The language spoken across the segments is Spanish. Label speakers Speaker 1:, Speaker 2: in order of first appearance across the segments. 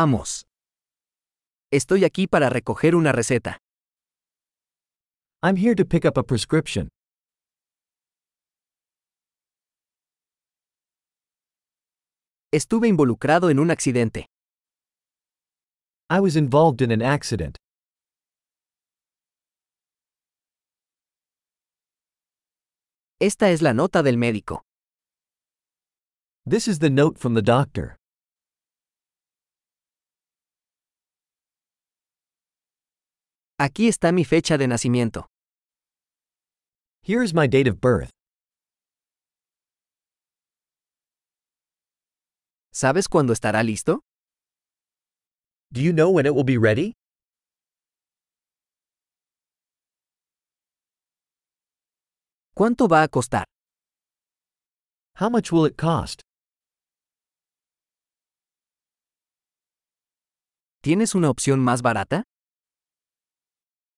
Speaker 1: Vamos. Estoy aquí para recoger una receta.
Speaker 2: I'm here to pick up a prescription.
Speaker 1: Estuve involucrado en un accidente.
Speaker 2: I was involved in an accident.
Speaker 1: Esta es la nota del médico.
Speaker 2: This is the note from the doctor.
Speaker 1: Aquí está mi fecha de nacimiento.
Speaker 2: Here is my date of birth.
Speaker 1: ¿Sabes cuándo estará listo?
Speaker 2: Do you know when it will be ready?
Speaker 1: ¿Cuánto va a costar?
Speaker 2: How much will it cost?
Speaker 1: ¿Tienes una opción más barata?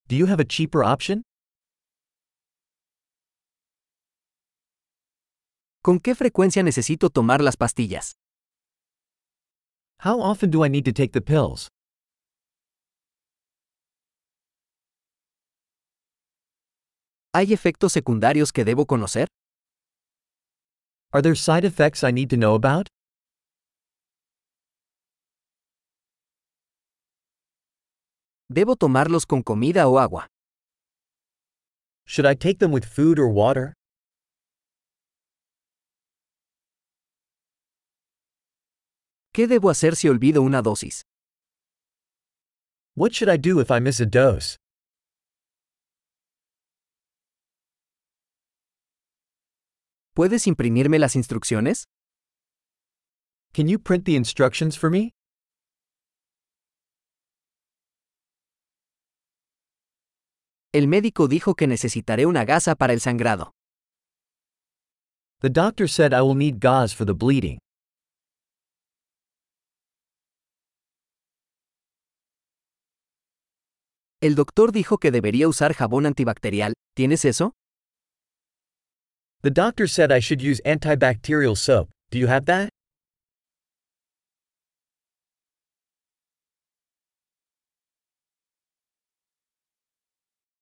Speaker 2: Do you have a cheaper option?
Speaker 1: ¿Con qué frecuencia necesito tomar las pastillas?
Speaker 2: How often do I need to take the pills?
Speaker 1: ¿Hay efectos secundarios que debo conocer?
Speaker 2: Are there side effects I need to know about?
Speaker 1: ¿Debo tomarlos con comida o agua?
Speaker 2: Should I take them with food or water?
Speaker 1: ¿Qué debo hacer si olvido una dosis?
Speaker 2: What should I do if I miss a dose?
Speaker 1: ¿Puedes imprimirme las instrucciones?
Speaker 2: Can you print the instructions for me?
Speaker 1: El médico dijo que necesitaré una gasa para el sangrado.
Speaker 2: The doctor said I will need gauze for the bleeding.
Speaker 1: El doctor dijo que debería usar jabón antibacterial. ¿Tienes eso?
Speaker 2: The doctor said I should use antibacterial soap. Do you have that?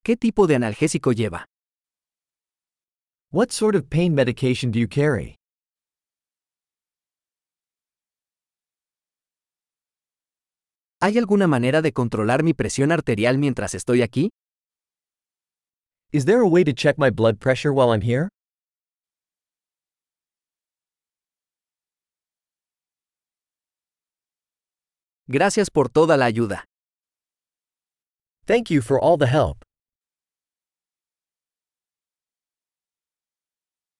Speaker 1: ¿Qué tipo de analgésico lleva?
Speaker 2: What sort of pain medication do you carry?
Speaker 1: ¿Hay alguna manera de controlar mi presión arterial mientras estoy aquí?
Speaker 2: Is there a way to check my blood pressure while I'm here?
Speaker 1: Gracias por toda la ayuda.
Speaker 2: Thank you for all the help.